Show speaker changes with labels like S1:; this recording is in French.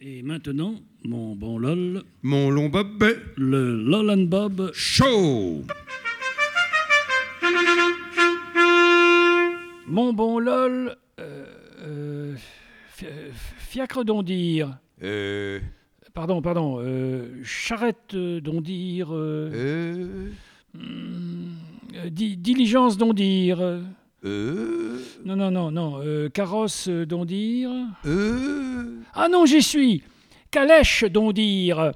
S1: Et maintenant, mon bon LOL,
S2: Mon long bob
S1: le LOL and Bob.
S2: chaud.
S1: Mon bon LOL, euh, euh, fi- euh, fiacre d'ondir.
S2: Euh,
S1: Pardon, pardon, euh, charrette euh, d'ondir. euh,
S2: euh,
S1: euh, di- diligence d'ondir. euh,
S2: euh,
S1: non, non, non, non, euh, carrosse euh, d'ondir.
S2: euh.
S1: Ah non, j'y suis Calèche d'ondir